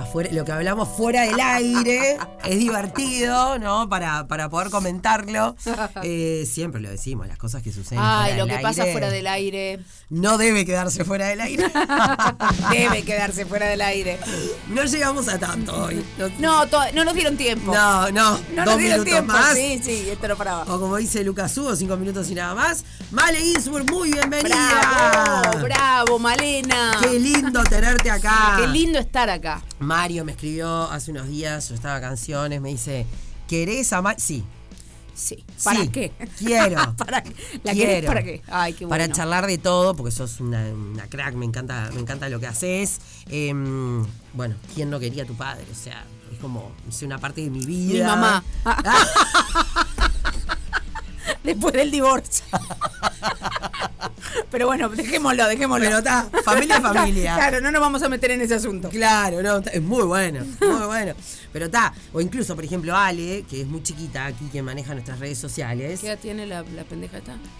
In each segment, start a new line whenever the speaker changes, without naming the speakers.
afuera, lo que hablamos fuera del aire es divertido, ¿no? Para, para poder comentarlo. Eh, siempre lo decimos, las cosas que suceden.
Ay,
fuera
lo
del
que pasa
aire
fuera del aire.
No debe quedarse fuera del aire.
Debe quedarse fuera del aire.
No llegamos a tanto hoy. No,
No, to- no nos dieron tiempo.
no, no,
No
dos
nos dieron
minutos
tiempo.
más.
Sí, sí, esto no paraba.
O como dice Lucas Hugo, cinco minutos y nada más. Male Ginsburg, muy bienvenida.
Bravo, bravo, Malena.
Qué lindo tenerte acá.
Qué lindo estar acá.
Mario me escribió hace unos días, yo estaba canciones, me dice, ¿querés a Mario? Sí.
Sí. ¿Para
sí,
qué?
Quiero.
¿Para qué? ¿La
quiero.
querés para qué? Ay, qué bueno.
Para charlar de todo, porque sos una, una crack, me encanta, me encanta lo que haces. Eh, bueno, ¿quién no quería a tu padre? O sea, es como, es una parte de mi vida. Ah,
Mi mamá. Después del divorcio. Pero bueno, dejémoslo, dejémoslo.
Pero está, familia es familia.
Claro, no nos vamos a meter en ese asunto.
Claro, no, ta- es muy bueno, muy bueno. Pero está, o incluso, por ejemplo, Ale, que es muy chiquita aquí, que maneja nuestras redes sociales.
edad tiene la, la pendeja esta?
22,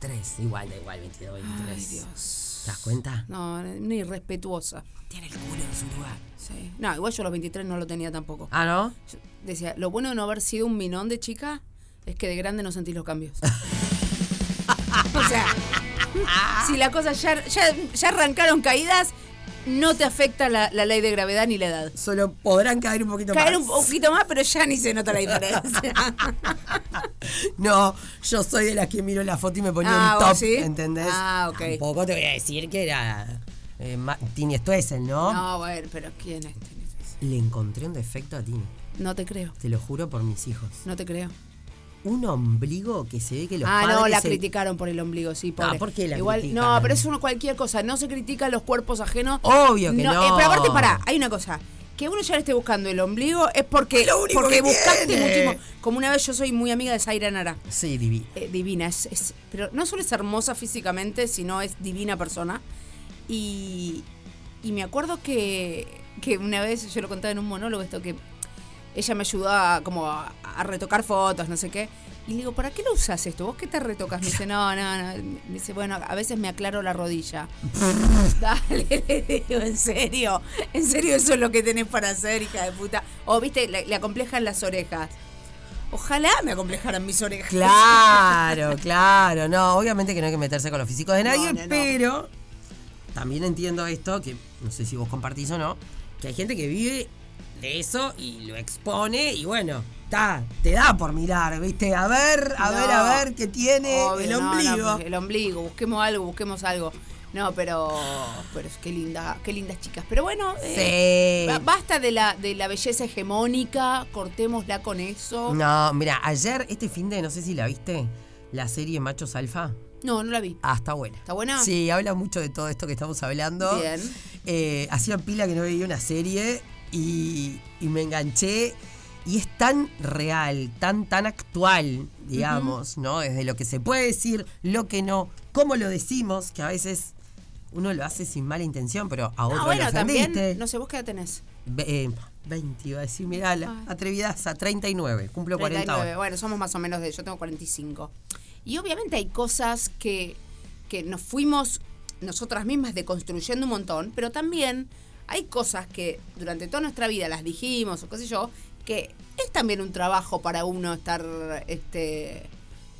3. 3, igual, da igual, 22, 23.
Ay, Dios.
¿Te das cuenta?
No, ni irrespetuosa.
Tiene el culo en su lugar.
Sí. No, igual yo a los 23 no lo tenía tampoco.
Ah, ¿no?
Yo decía, lo bueno de no haber sido un minón de chica es que de grande no sentís los cambios. o sea, si las cosas ya, ya, ya arrancaron caídas, no te afecta la, la ley de gravedad ni la edad.
Solo podrán caer un poquito
Caer
más.
un poquito más, pero ya ni se nota la diferencia.
No, yo soy de las que miro la foto y me ponía
Ah,
un
¿vos
top,
sí?
¿entendés?
Ah, ok.
Tampoco te voy a decir que era eh, Ma- Tini Stoessel, ¿no?
no, bueno, pero ¿quién es? ¿Quién es?
Le encontré un defecto a Tini,
No te creo,
te lo juro por mis hijos.
no te creo.
Un ombligo que se ve que los
ah,
padres
no, la
se-
criticaron por el ombligo, sí, pobre.
Ah, ¿por qué la
Igual,
criticaron?
No, pero es uno cualquier cosa. No se critican los cuerpos ajenos.
Obvio que no.
eh, pero aparte, pará, hay una cosa. Que uno ya le esté buscando el ombligo es porque,
Lo único
porque
que
buscaste
tiene.
muchísimo. Como una vez yo soy muy amiga de Zaira Nara.
Sí, divino.
eh, divina, es, es- pero no solo es hermosa físicamente, sino es divina persona. Y, y me acuerdo que, que una vez, yo lo contaba en un monólogo esto, que ella me ayudó a, como a, a retocar fotos, no sé qué. Y le digo, ¿para qué lo usas esto? ¿Vos qué te retocas? Me dice, no, no, no. Me dice, bueno, a veces me aclaro la rodilla. Dale, le digo, en serio. En serio, eso es lo que tenés para hacer, hija de puta. O, viste, le, le acomplejan las orejas. Ojalá me acomplejaran mis orejas.
Claro, claro. No, obviamente que no hay que meterse con los físicos de
No,
nadie,
no, no.
pero también entiendo esto, que no sé si vos compartís o no, que hay gente que vive de eso y lo expone y bueno, ta, te da por mirar, ¿viste? A ver, a
No.
ver, a ver qué tiene
Obvio,
el
no, no,
ombligo.
pues, el ombligo, busquemos algo, busquemos algo. No, pero, pero es- qué linda, qué lindas chicas. Pero bueno, eh, ba-
Sí.
basta de la, de la belleza hegemónica, cortémosla con eso. No,
No, mira, ayer, este fin de, no sé si la viste, la serie Machos Alfa.
no, la vi.
Ah, está buena.
¿Está buena?
Sí, habla mucho de todo esto que estamos hablando.
Bien.
Eh, hacía pila que no veía una serie y, y me enganché. Y es tan real, tan, tan actual, digamos, ¿no? Desde lo que se puede decir, lo que no, cómo lo decimos, que a veces uno lo hace sin mala intención, pero a otro
Ah,
lo
bueno,
ofendiste.
también, no sé, vos qué edad tenés.
Ve- eh, 20, iba a decir, mirá, la,
Ay.
atrevidas a 39, cumplo 40
39.
horas.
Bueno, somos más o menos de. Yo tengo 45. Y obviamente hay cosas que, que nos fuimos nosotras mismas deconstruyendo un montón, pero también hay cosas que durante toda nuestra vida las dijimos o qué sé yo, que es también un trabajo para uno estar este,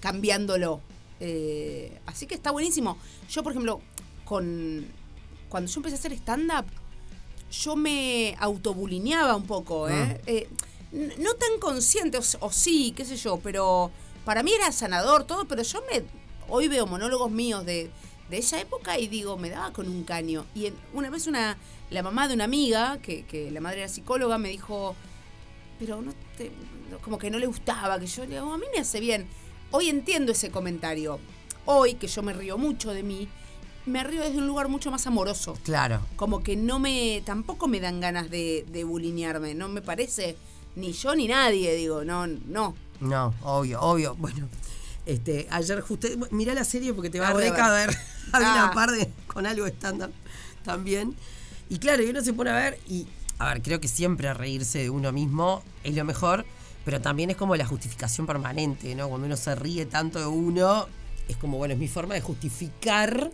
cambiándolo. Eh, así que está buenísimo. Yo, por ejemplo, con cuando yo empecé a hacer stand-up, yo me autobulineaba un poco, ¿eh? Eh, n- no tan consciente, o, s- o sí, qué sé yo, pero para mí era sanador todo, pero yo me hoy veo monólogos míos de, de esa época y digo, me daba con un caño. Y en- una vez una la mamá de una amiga, que, que la madre era psicóloga, me dijo, pero no te- no- como que no le gustaba, que yo le digo, a mí me hace bien. Hoy entiendo ese comentario. Hoy, que yo me río mucho de mí, me río desde un lugar mucho más amoroso
Claro.
como que no me tampoco me dan ganas de, de bulinearme no me parece ni yo ni nadie digo no no
No, obvio, obvio. Bueno, este, ayer justo. bueno, Mirá la serie porque te va
A
a
ver,
recaer.
a
Había
Ah.
una par de- con algo estándar también. Y claro, y uno se pone a ver y. A ver, creo que siempre reírse de uno mismo es lo mejor, pero también es como la justificación permanente, ¿no? Cuando uno se ríe tanto de uno, es como, bueno, es mi forma de justificar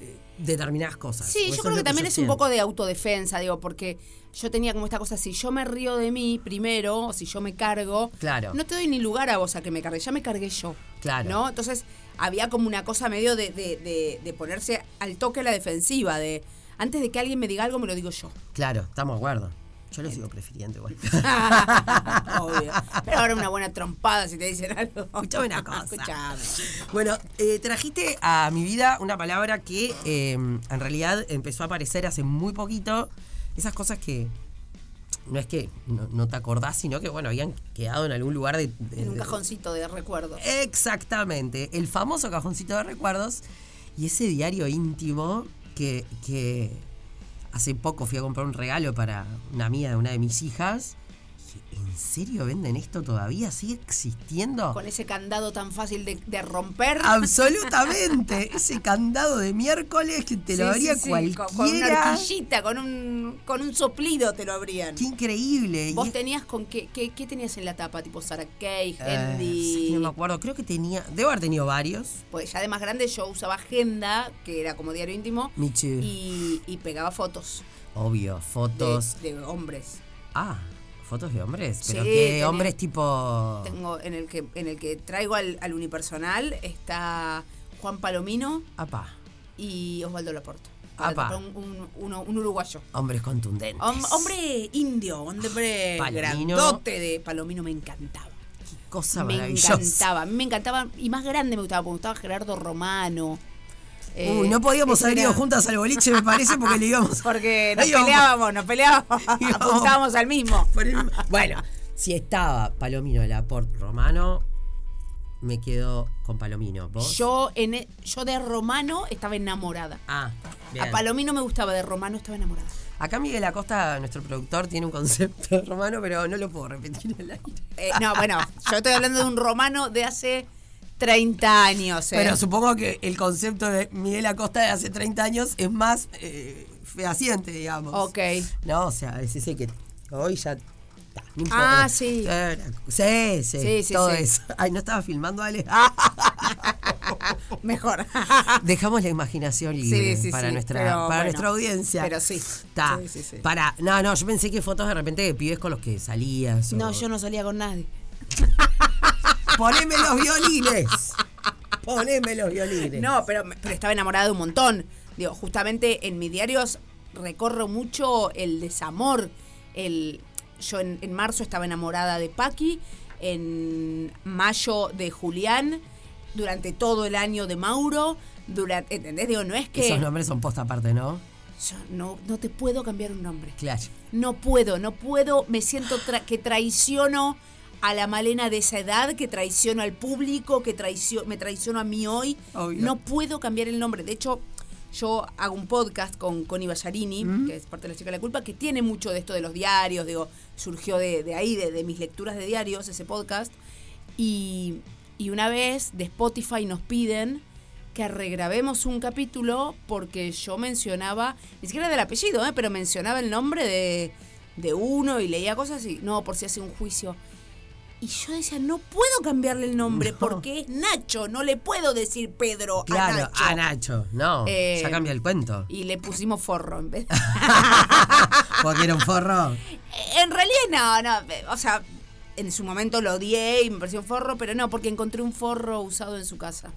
eh, determinadas cosas.
Sí,
Eso
yo creo
lo
que también
yo
es un
siento.
poco de autodefensa, digo, porque yo tenía como esta cosa, si yo me río de mí primero, o si yo me cargo,
Claro.
no te doy ni lugar a vos a que me cargues, ya me cargué yo.
Claro.
¿No? Entonces había como una cosa medio de, de- de- de ponerse al toque a la defensiva, de antes de que alguien me diga algo, me lo digo yo.
Claro, estamos de acuerdo. Yo lo sigo prefiriendo igual.
Obvio. Pero ahora una buena trompada si te dicen algo.
Escuchame una cosa.
Escuchame.
Bueno, eh, trajiste a mi vida una palabra que eh, en realidad empezó a aparecer hace muy poquito. Esas cosas que no es que no, no te acordás, sino que bueno, habían quedado en algún lugar de. de-
En un
de-
cajoncito de recuerdos.
Exactamente, el famoso cajoncito de recuerdos y ese diario íntimo que, que hace poco fui a comprar un regalo para una amiga de una de mis hijas. Dije, ¿En serio venden esto todavía? ¿Sigue existiendo?
Con ese candado tan fácil de, de romper.
Ah, Absolutamente. Ese candado de miércoles que te lo
Sí,
abría
sí, sí, con-
cualquiera.
Con una horquillita, con un, con un soplido te lo abrían.
Qué increíble.
¿Vos
Y-
tenías con qué, qué, qué tenías en la tapa? Tipo Sarah Kay,
Eh,
Hendy.
sí, no me acuerdo. Creo que tenía. Debo haber tenido varios.
pues ya de más grande yo usaba agenda, que era como diario íntimo,
Michi.
y, y pegaba fotos
Obvio,
de-
fotos.
de, hombres.
Ah, fotos de hombres. Pero
Sí,
qué
tenía-
hombres tipo.
Tengo en el que, en el que traigo al, al unipersonal está Juan Palomino
Apa.
y Osvaldo Laporta.
Apa.
Un, un- uno- un uruguayo.
Hombres contundentes.
Hom- hombre indio, hombre
Ah, Palomino.
grandote de Palomino me encantaba.
Qué cosa
me
maravillosa.
encantaba, a mí me encantaba y más grande me gustaba, porque me gustaba Gerardo Romano. Eh,
Uy, no podíamos
eso
haber ido
era-
juntas al boliche, me parece, porque le íbamos.
Porque nos
Ahí vamos.
peleábamos, nos peleábamos,
Íbamos.
apuntábamos al mismo.
Por el- bueno, si estaba Palomino de Laporte Romano, me quedo con Palomino. ¿Vos?
Yo, en, e- yo de Romano estaba enamorada.
Ah, bien.
A Palomino me gustaba, de Romano estaba enamorada.
Acá Miguel Acosta, nuestro productor, tiene un concepto de romano, pero no lo puedo repetir al aire.
Eh, no, bueno, yo estoy hablando de un romano de hace 30 años. eh.
Pero supongo que el concepto de Miguel Acosta de hace 30 años es más eh, fehaciente, digamos.
Ok.
No, o sea, es ese que hoy ya. está, no importa.
Ah, sí.
Eh, Sí, sí,
Sí, sí,
todo
sí.
eso. Ay, no estaba filmando, Ale.
Mejor.
Dejamos la imaginación libre
Sí, sí,
para,
sí,
nuestra,
pero
para
bueno,
nuestra audiencia.
pero sí.
Está.
Sí, sí, sí.
Para. No, no, yo pensé que fotos de repente de pibes con los que salías. o-
No, yo no salía con nadie.
Poneme los violines. Poneme los violines.
No, pero, pero estaba enamorada de un montón. Digo, justamente en mis diarios recorro mucho el desamor. El, yo en, en marzo estaba enamorada de Paqui, en mayo de Julián, durante todo el año de Mauro. Durante, ¿Entendés? Digo, no es que...
Esos nombres son posta aparte, ¿no?
Yo no, no te puedo cambiar un nombre.
Claro.
No puedo, no puedo. Me siento tra- que traiciono a la Malena de esa edad, que traiciono al público, que traicio- me traiciono a mí hoy.
Obvio.
No puedo cambiar el nombre. De hecho, yo hago un podcast con Connie Ballarini, que es parte de La Chica de la Culpa, que tiene mucho de esto de los diarios. Digo, surgió de, de ahí, de, de mis lecturas de diarios, ese podcast. Y, y una vez de Spotify nos piden que regrabemos un capítulo porque yo mencionaba, ni siquiera del apellido, ¿eh? pero mencionaba el nombre de, de uno y leía cosas y no, por si hace un juicio. Y yo decía, no puedo cambiarle el nombre porque es Nacho, no le puedo decir Pedro a
Claro,
Nacho.
a Nacho. No,
Eh,
ya cambia el cuento.
Y le pusimos forro en vez.
Porque era un forro.
en realidad no, no, eh, o sea, en su momento lo odié y me pareció un forro, pero no, porque encontré un forro usado en su casa.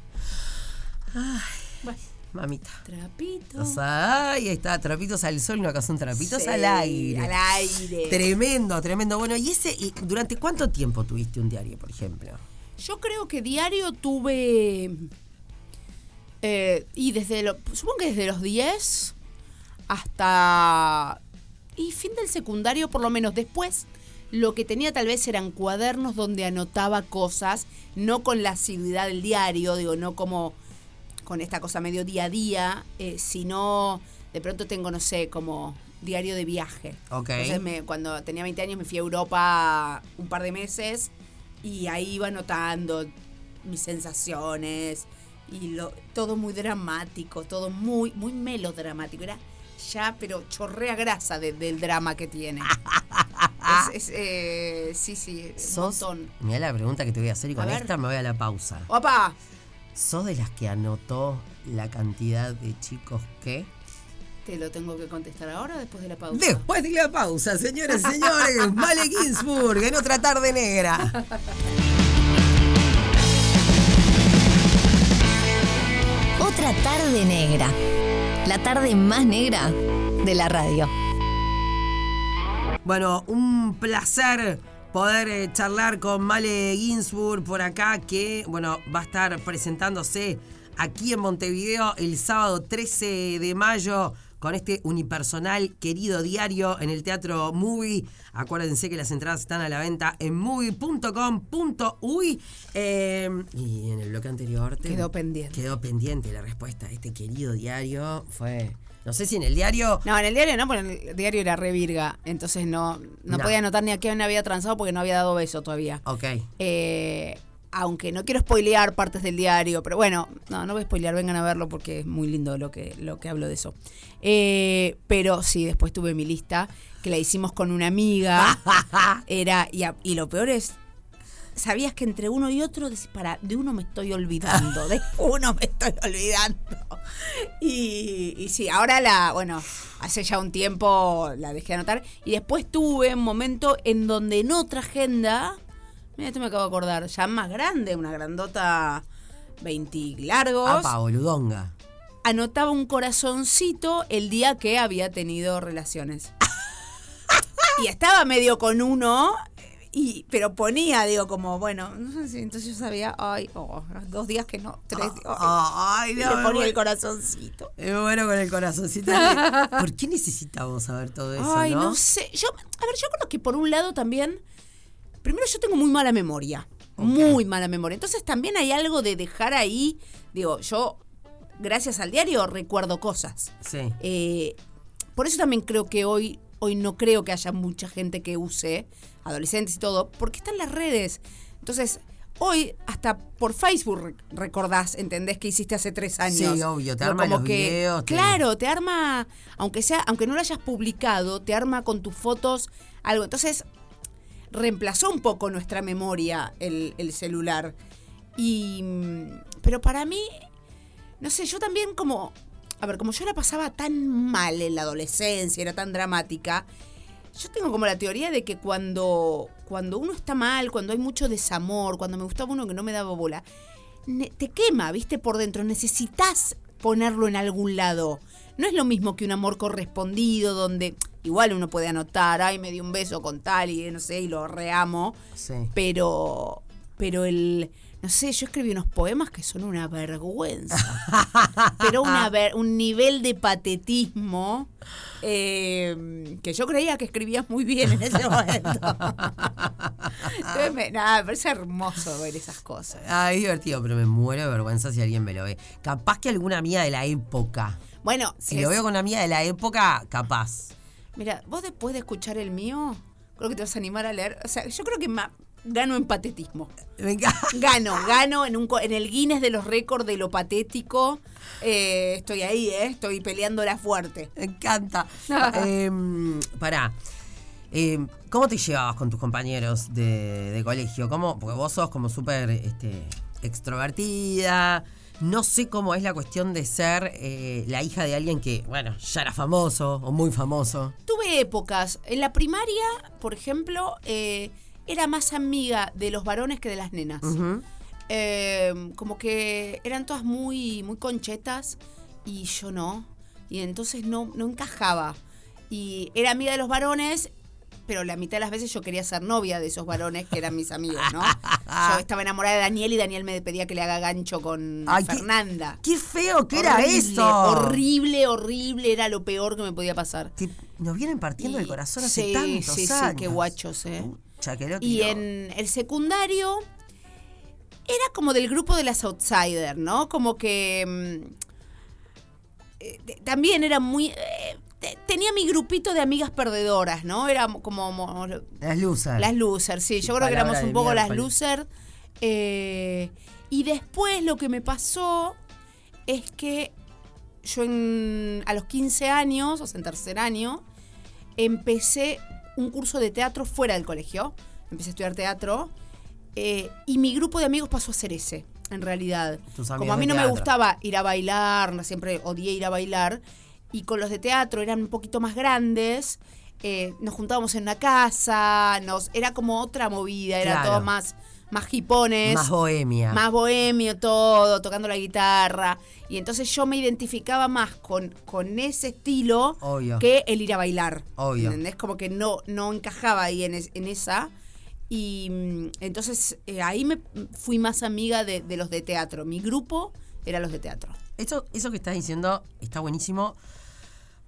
Bueno,
Mamita.
trapito.
O sea, ahí está, trapitos al sol, no acá son trapitos
Sí,
al aire.
Al aire.
Tremendo, tremendo. Bueno, ¿y ese y durante cuánto tiempo tuviste un diario, por ejemplo?
Yo creo que diario tuve. eh, y desde lo, supongo que desde los 10 hasta. Y fin del secundario, por lo menos. Después, lo que tenía tal vez eran cuadernos donde anotaba cosas, no con la asiduidad del diario, digo, no como con esta cosa medio día a día, eh, sino de pronto tengo, no sé, como diario de viaje.
Ok.
Entonces, me- cuando tenía 20 años me fui a Europa un par de meses y ahí iba anotando mis sensaciones y lo, todo muy dramático, todo muy, muy melodramático. Era ya, pero chorrea grasa de- del drama que tiene. Es- es, eh, sí, sí, un
Sos.
montón.
Mira la pregunta que te voy a hacer y
A
con
ver.
esta me voy a la pausa.
¡Opa!
¿Sos de las que anotó la cantidad de chicos que?
Te lo tengo que contestar ahora o después de la pausa.
Después de la pausa, señores y señores, Male Ginsburg en otra tarde negra.
Otra tarde negra. La tarde más negra de la radio.
Bueno, un placer poder eh, charlar con Male Ginsburg por acá, que bueno, va a estar presentándose aquí en Montevideo el sábado 13 de mayo con este unipersonal querido diario en el Teatro Movie. Acuérdense que las entradas están a la venta en movie.com.uy. Eh, y en el bloque anterior te-
Quedó pendiente.
Quedó pendiente la respuesta. Este querido diario fue. No sé si en el diario
No, en el diario no, porque en el diario era re virga. Entonces no,
No.
no, podía anotar ni a quién había transado porque no había dado beso todavía.
Ok.
Eh, aunque no quiero spoilear partes del diario, pero bueno, no, no voy a spoilear, vengan a verlo porque es muy lindo lo que, lo que hablo de eso. Eh, pero sí, después tuve mi lista, que la hicimos con una amiga. Era, y, a- y lo peor es, sabías que entre uno y otro decís, para, de uno me estoy olvidando, de uno me estoy olvidando. Y, y sí, ahora la, bueno, hace ya un tiempo la dejé anotar. Y después tuve un momento en donde en otra agenda, mira, esto me acabo de acordar, ya más grande, una grandota 20 largos,
Apa, boludonga.
anotaba un corazoncito el día que había tenido relaciones. y estaba medio con uno. Y, pero ponía, digo, como, bueno, no sé si entonces yo sabía, ay, oh, dos días que no, tres, días, oh,
Ah, Ay,
y
no,
le
me
ponía el
muero.
corazoncito.
Me muero con el corazoncito. ¿Por qué necesitamos saber todo eso?
Ay,
no,
no sé. Yo, a ver, yo creo que por un lado también. Primero, yo tengo muy mala memoria. Muy mala memoria. Entonces también hay algo de dejar ahí. Digo, yo, gracias al diario, recuerdo cosas.
Sí.
Eh, por eso también creo que hoy, hoy no creo que haya mucha gente que use, adolescentes y todo, porque están las redes. Entonces, hoy hasta por Facebook re- recordás, entendés que hiciste hace tres años.
Sí, obvio, te
Digo,
arma
como
los
que-
videos, te-
Claro, te arma, aunque sea, aunque no lo hayas publicado, te arma con tus fotos algo. Entonces, reemplazó un poco nuestra memoria el, el celular. Y. mm, Pero para mí, no sé, yo también como. A ver, como yo la pasaba tan mal en la adolescencia, era tan dramática. Yo tengo como la teoría de que cuando, cuando uno está mal, cuando hay mucho desamor, cuando me gustaba uno que no me daba bola, ne- te quema, viste, por dentro. Necesitas ponerlo en algún lado. No es lo mismo que un amor correspondido, donde igual uno puede anotar, ay, me di un beso con tal y no sé, y lo reamo.
Sí.
Pero, pero el, no sé, yo escribí unos poemas que son una vergüenza. pero una ver- un nivel de patetismo eh, que yo creía que escribías muy bien en ese momento. Entonces me- nada, me parece hermoso ver esas cosas.
Ay, es divertido, pero me muero de vergüenza si alguien me lo ve. Capaz que alguna amiga de la época.
Bueno,
Si
es-
lo veo con una amiga de la época, capaz.
mira, vos después de escuchar el mío, creo que te vas a animar a leer. O sea, yo creo que ma- gano en patetismo.
Me encanta.
Gano, gano en, un, co- en el Guinness de los récords de lo patético. Eh, estoy ahí, eh, estoy peleándola fuerte.
Me encanta. Em, pará. Em, ¿Cómo te llevabas con tus compañeros de, de colegio? ¿Cómo? Porque vos sos como súper este, extrovertida. No sé cómo es la cuestión de ser eh, la hija de alguien que, bueno, ya era famoso o muy famoso.
Tuve épocas. En la primaria, por ejemplo, eh, era más amiga de los varones que de las nenas.
Ujú.
Eh, como que eran todas muy, muy conchetas y yo no. Y entonces no, no encajaba. Y era amiga de los varones, pero la mitad de las veces yo quería ser novia de esos varones que eran mis amigos, ¿no? Yo estaba enamorada de Daniel y Daniel me pedía que le haga gancho con
Ay, qué-
Fernanda.
¡Qué feo que era
Horrible,
eso!
Horrible, horrible, era lo peor que me podía pasar.
Que nos vienen partiendo
Y-
el corazón hace
sí,
tantos
sí, sí,
años.
qué guachos, eh.
Pucha, que lo
Y
tiró.
en el secundario era como del grupo de las outsiders, ¿no? Como que mm, eh, te- también era muy... eh, te- tenía mi grupito de amigas perdedoras, ¿no? Era como mo-
Las luces.
las losers, sí. Yo creo que
Palabra
éramos
de
un poco las
miércoles.
losers. Eh, y después lo que me pasó es que yo en- a los 15 años, o sea, en tercer año, empecé un curso de teatro fuera del colegio. Empecé a estudiar teatro. eh, y mi grupo de amigos pasó a ser ese. en realidad.
Tus
Como
amigos
a mí
de
no me
teatro.
gustaba ir a bailar, siempre odié ir a bailar, y con los de teatro eran un poquito más grandes, eh, nos juntábamos en una casa, nos era como otra movida, era
Claro.
todo más, más hipones.
Más bohemia.
Más bohemio todo, tocando la guitarra. Y entonces yo me identificaba más con, con ese estilo
Obvio.
que el ir a bailar.
Obvio.
¿Entendés? Como que no, no encajaba ahí en, es- en esa. Y mm, entonces eh, ahí me fui más amiga de, de los de teatro. Mi grupo era los de teatro.
Eso, eso que estás diciendo está buenísimo.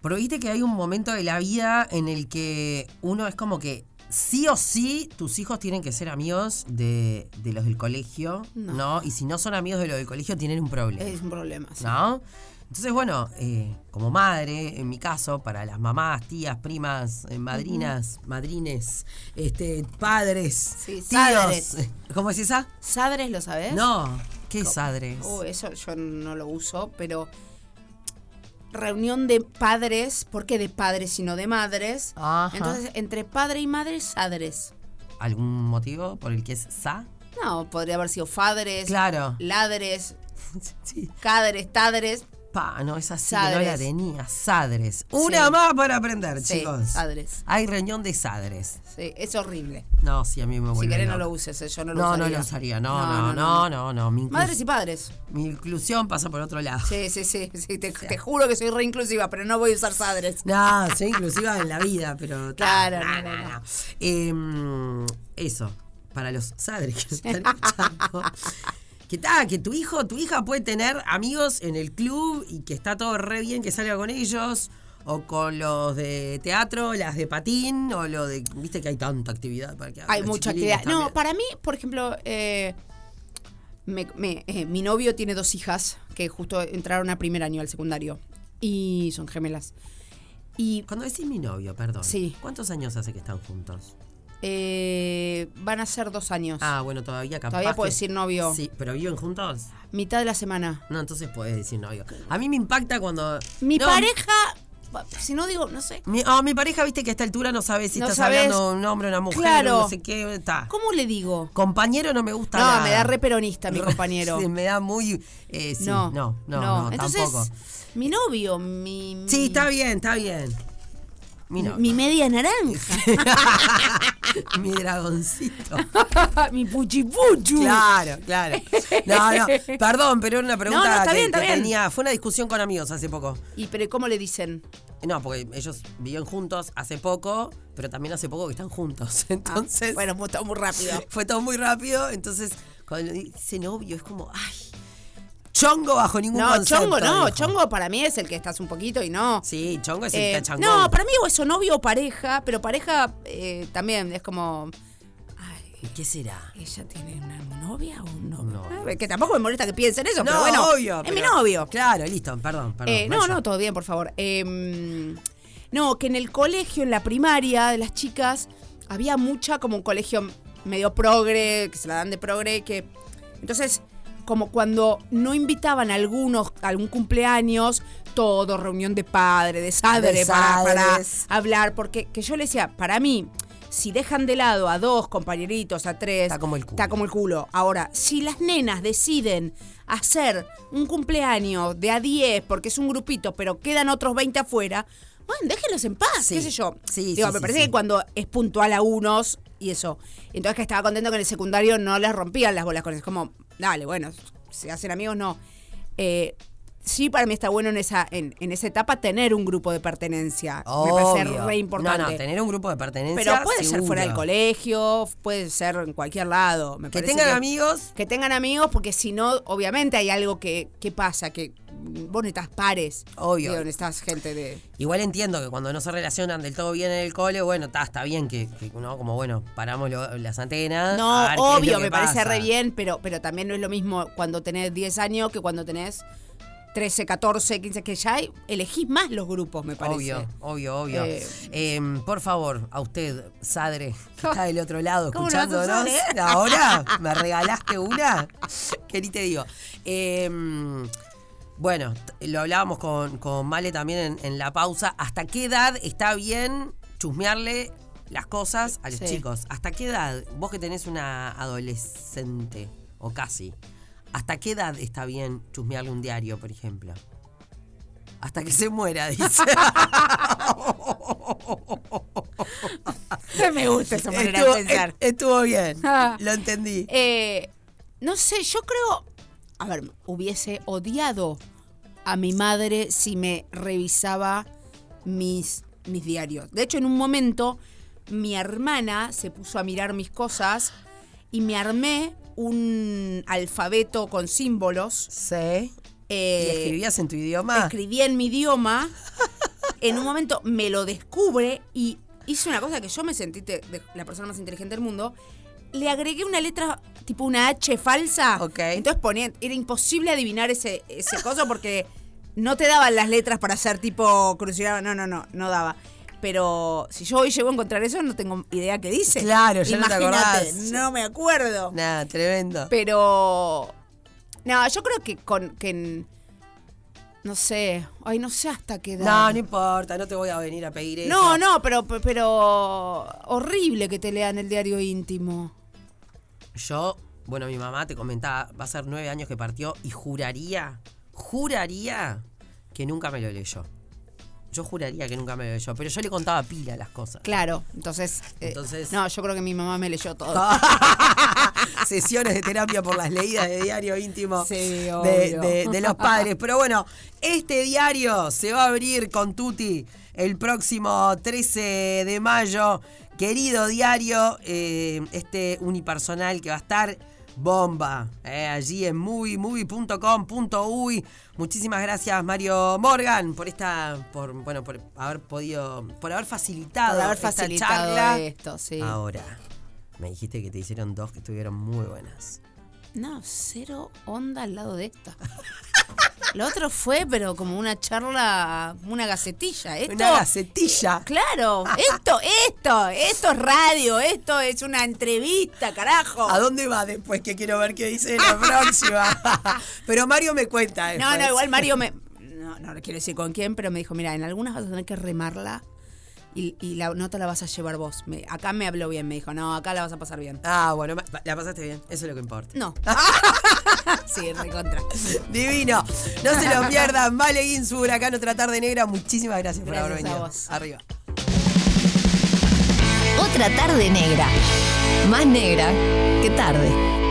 Pero viste que hay un momento de la vida en el que uno es como que sí o sí tus hijos tienen que ser amigos de, de los del colegio,
No.
no. Y si no son amigos de los del colegio, tienen un problema.
Es un problema. sí.
¿No? Entonces, bueno, eh, como madre, en mi caso, para las mamás, tías, primas, eh, madrinas, madrines, este, padres,
Sí,
tíos.
sadres. ¿Eh?
¿Cómo es esa?
¿Sadres lo sabes?
No, ¿qué es sadres?
Oh, eso yo no lo uso, pero reunión de padres, ¿por qué de padres sino de madres?
Ajá.
Entonces, entre padre y madre, sadres.
¿Algún motivo por el que es sa?
No, podría haber sido fadres,
Claro.
ladres,
Sí.
cadres, tadres.
Pa, no, esa sí que no la
Sadres.
tenía. Sadres. Una más para aprender,
Sí,
chicos.
sadres.
Hay reunión de sadres.
Sí, es horrible.
No, sí, a mí me vuelve
si querés no
loca.
lo uses, eh, yo no lo
No,
usaría.
no lo usaría. No, no, no, no, no. Mi, inclus-
Madres y padres.
mi inclusión pasa por otro lado.
Sí, sí, sí. sí, te, te juro que soy re inclusiva, pero no voy a usar sadres.
No, soy inclusiva en la vida, pero. ta,
Claro,
na,
no,
na,
no,
na. Em, eso, para los sadres que nos están escuchando. Que ta, que tu hijo, tu hija puede tener amigos en el club y que está todo re bien que salga con ellos. O con los de teatro, las de patín, o lo de. Viste que hay tanta actividad para que hagan
Hay
los
mucha
chiquilines
actividad. No,
también.
para mí, por ejemplo, eh, me- me- eh, mi novio tiene dos hijas que justo entraron a primer año al secundario y son gemelas. Y
Cuando decís mi novio, perdón.
Sí.
¿Cuántos años hace que están juntos?
eh, van a ser dos años.
Ah, bueno, todavía capaz.
Todavía puedo
que-
decir novio.
Sí, pero viven juntos.
Mitad de la semana.
No, entonces podés decir novio. A mí me impacta cuando.
Mi
No,
pareja, si no digo, no sé.
Mi, oh, mi pareja, viste que a esta altura no sabe si
No
estás
sabés.
hablando de un hombre o una mujer,
Claro.
o no sé qué. Está.
¿Cómo le digo?
Compañero no me gusta.
No,
Ah. nada.
me da re peronista mi compañero.
Sí, me da muy. eh, sí, no, no, no,
Entonces, mm.
tampoco.
mi novio, mi.
Sí, está bien, está bien. Mi
Mi,
novio.
mi media naranja.
mi dragoncito.
mi puchipuchu.
Claro, claro. No, no, perdón, pero era una pregunta
está
que,
bien, está
que
bien.
tenía. Fue una discusión con amigos hace poco.
¿Y pero cómo le dicen?
Eh, No, porque ellos vivían juntos hace poco, pero también hace poco que están juntos.
Ah,
Entonces.
bueno, mu- todo muy rápido.
Fue todo muy rápido, entonces cuando dice novio es como, ay, chongo bajo ningún
No,
concepto.
chongo no,
dijo.
chongo para mí es el que estás un poquito y no.
Sí, chongo es el
Eh,
que está changón.
no, para mí o eso novio o pareja, pero pareja eh, también es como. Ay,
¿Y ¿Qué será?
¿ella tiene una novia o un novio?
No.
Ah, Que tampoco me molesta que piensen eso, pero bueno. es mi
pero-
novio.
Claro, listo, perdón, perdón.
Eh, no,
vaya.
no, todo bien, por favor. Eh, no, que en el colegio, en la primaria de las chicas, había mucha como un colegio medio progre, que se la dan de progre, que... Entonces, como cuando no invitaban a algunos, a algún cumpleaños, todo, reunión de padre, de sadre,
De
para, para
sadres.
hablar, porque que yo le decía, para mí... Si dejan de lado a dos compañeritos, a tres,
Está como el culo.
Está como el culo. Ahora, si las nenas deciden hacer un cumpleaños de a 10 porque es un grupito, pero quedan otros 20 afuera, bueno, déjenlos en paz,
Sí.
qué sé yo.
Sí,
Digo,
sí,
me
sí,
parece
sí.
que cuando es puntual a unos y eso. Entonces que estaba contento que en el secundario no les rompían las bolas con eso. Es como, dale, bueno, se hacen amigos, no. Eh, sí, para mí está bueno en esa, en, en esa etapa tener un grupo de pertenencia. Me
Obvio.
parece re importante.
No, no, tener un grupo de pertenencia.
Pero puede ser fuera del
seguro.
colegio, puede ser en cualquier lado. Me
Que
parece
tengan amigos.
Que tengan amigos, porque si no, obviamente hay algo que, que pasa, que vos necesitas pares.
Obvio.
Digo, necesitas gente de.
Igual entiendo que cuando no se relacionan del todo bien en el cole, bueno, está, está bien que, que, ¿no? como bueno, paramos lo- las antenas.
No,
Ah, a ver qué es lo
obvio,
que
me parece
pasa.
re bien, pero, pero también no es lo mismo cuando tenés 10 años que cuando tenés 13, 14, 15, que ya hay- elegís más los grupos, me parece.
Obvio, obvio, obvio.
Eh,
Em, por favor, a usted, Sadre, que está del otro lado
¿Cómo no vas a
escuchándonos.
usar, eh?
Ahora, ¿me regalaste una? ¿Qué ni te digo? Em, bueno, t- lo hablábamos con, con Male también en, en la pausa. ¿Hasta qué edad está bien chusmearle las cosas a los
Sí.
chicos? ¿Hasta qué edad? Vos que tenés una adolescente, o casi. ¿Hasta qué edad está bien chusmearle un diario, por ejemplo? Hasta que se muera, dice.
Me gusta esa manera
estuvo,
de pensar.
e- estuvo bien.
Ah.
Lo entendí.
Eh, no sé, yo creo. A ver, hubiese odiado a mi madre si me revisaba mis, mis diarios. De hecho, en un momento, mi hermana se puso a mirar mis cosas y me armé un alfabeto con símbolos.
Sí.
eh,
¿Y escribías en tu idioma?
escribí en mi idioma. En un momento me lo descubre y hice una cosa que yo me sentí te- de- la persona más inteligente del mundo. Le agregué una letra, tipo una H falsa.
Ok.
Entonces ponía, era imposible adivinar ese, ese coso porque no te daban las letras para hacer tipo crucigrama. No, no, no, no daba. Pero si yo hoy llego a encontrar eso, no tengo idea qué dice.
Claro, ya no te
Imagínate,
acordás.
no me acuerdo.
Nada, tremendo.
Pero. No, yo creo que con. Que en- no sé. Ay, no sé hasta qué
No,
edad.
no importa, no te voy a venir a pedir eso.
no, no, pero, pero. Horrible que te lean el diario íntimo.
Yo, bueno, mi mamá te comentaba, va a ser nueve años que partió y juraría, juraría que nunca me lo leyó. Yo juraría que nunca me lo leyó, pero yo le contaba pila las cosas.
Claro, entonces. eh,
Entonces-
no, yo creo que mi mamá me leyó todo.
Sesiones de terapia por las leídas de diario íntimo
Sí,
de,
obvio.
de- de los padres. Pero bueno, este diario se va a abrir con Tuti el próximo 13 de mayo. Querido diario, eh, este unipersonal que va a estar bomba eh, allí en movie, movie.com.uy. Muchísimas gracias Mario Morgan por esta, por bueno, por haber podido, por haber facilitado,
Por haber
esta
facilitado
charla. Ah.
esto, sí.
Ahora, me dijiste que te hicieron dos que estuvieron muy buenas.
No, cero onda al lado de esta. Lo otro fue, pero como una charla, una gacetilla. Esto, Eh,
Una gacetilla.
Claro, esto, esto, esto es radio, esto es una entrevista, carajo.
¿A dónde va después? Que quiero ver qué dice la próxima. Pero Mario me cuenta.
No,
después.
no, igual Mario me. No, no quiero decir con quién, pero me dijo: Mira, en algunas vas a tener que remarla y, y la nota la vas a llevar vos. Me- acá me habló bien, me dijo: No, acá la vas a pasar bien.
Ah, bueno, ma- la pasaste bien. Eso es lo que importa.
No. sí, recontra.
Divino. No se lo pierdan. Vale Ginsburg, Huracán, otra tarde negra. Muchísimas gracias, por haber
Gracias a
venido.
vos.
Arriba.
Otra tarde negra. Más negra que tarde.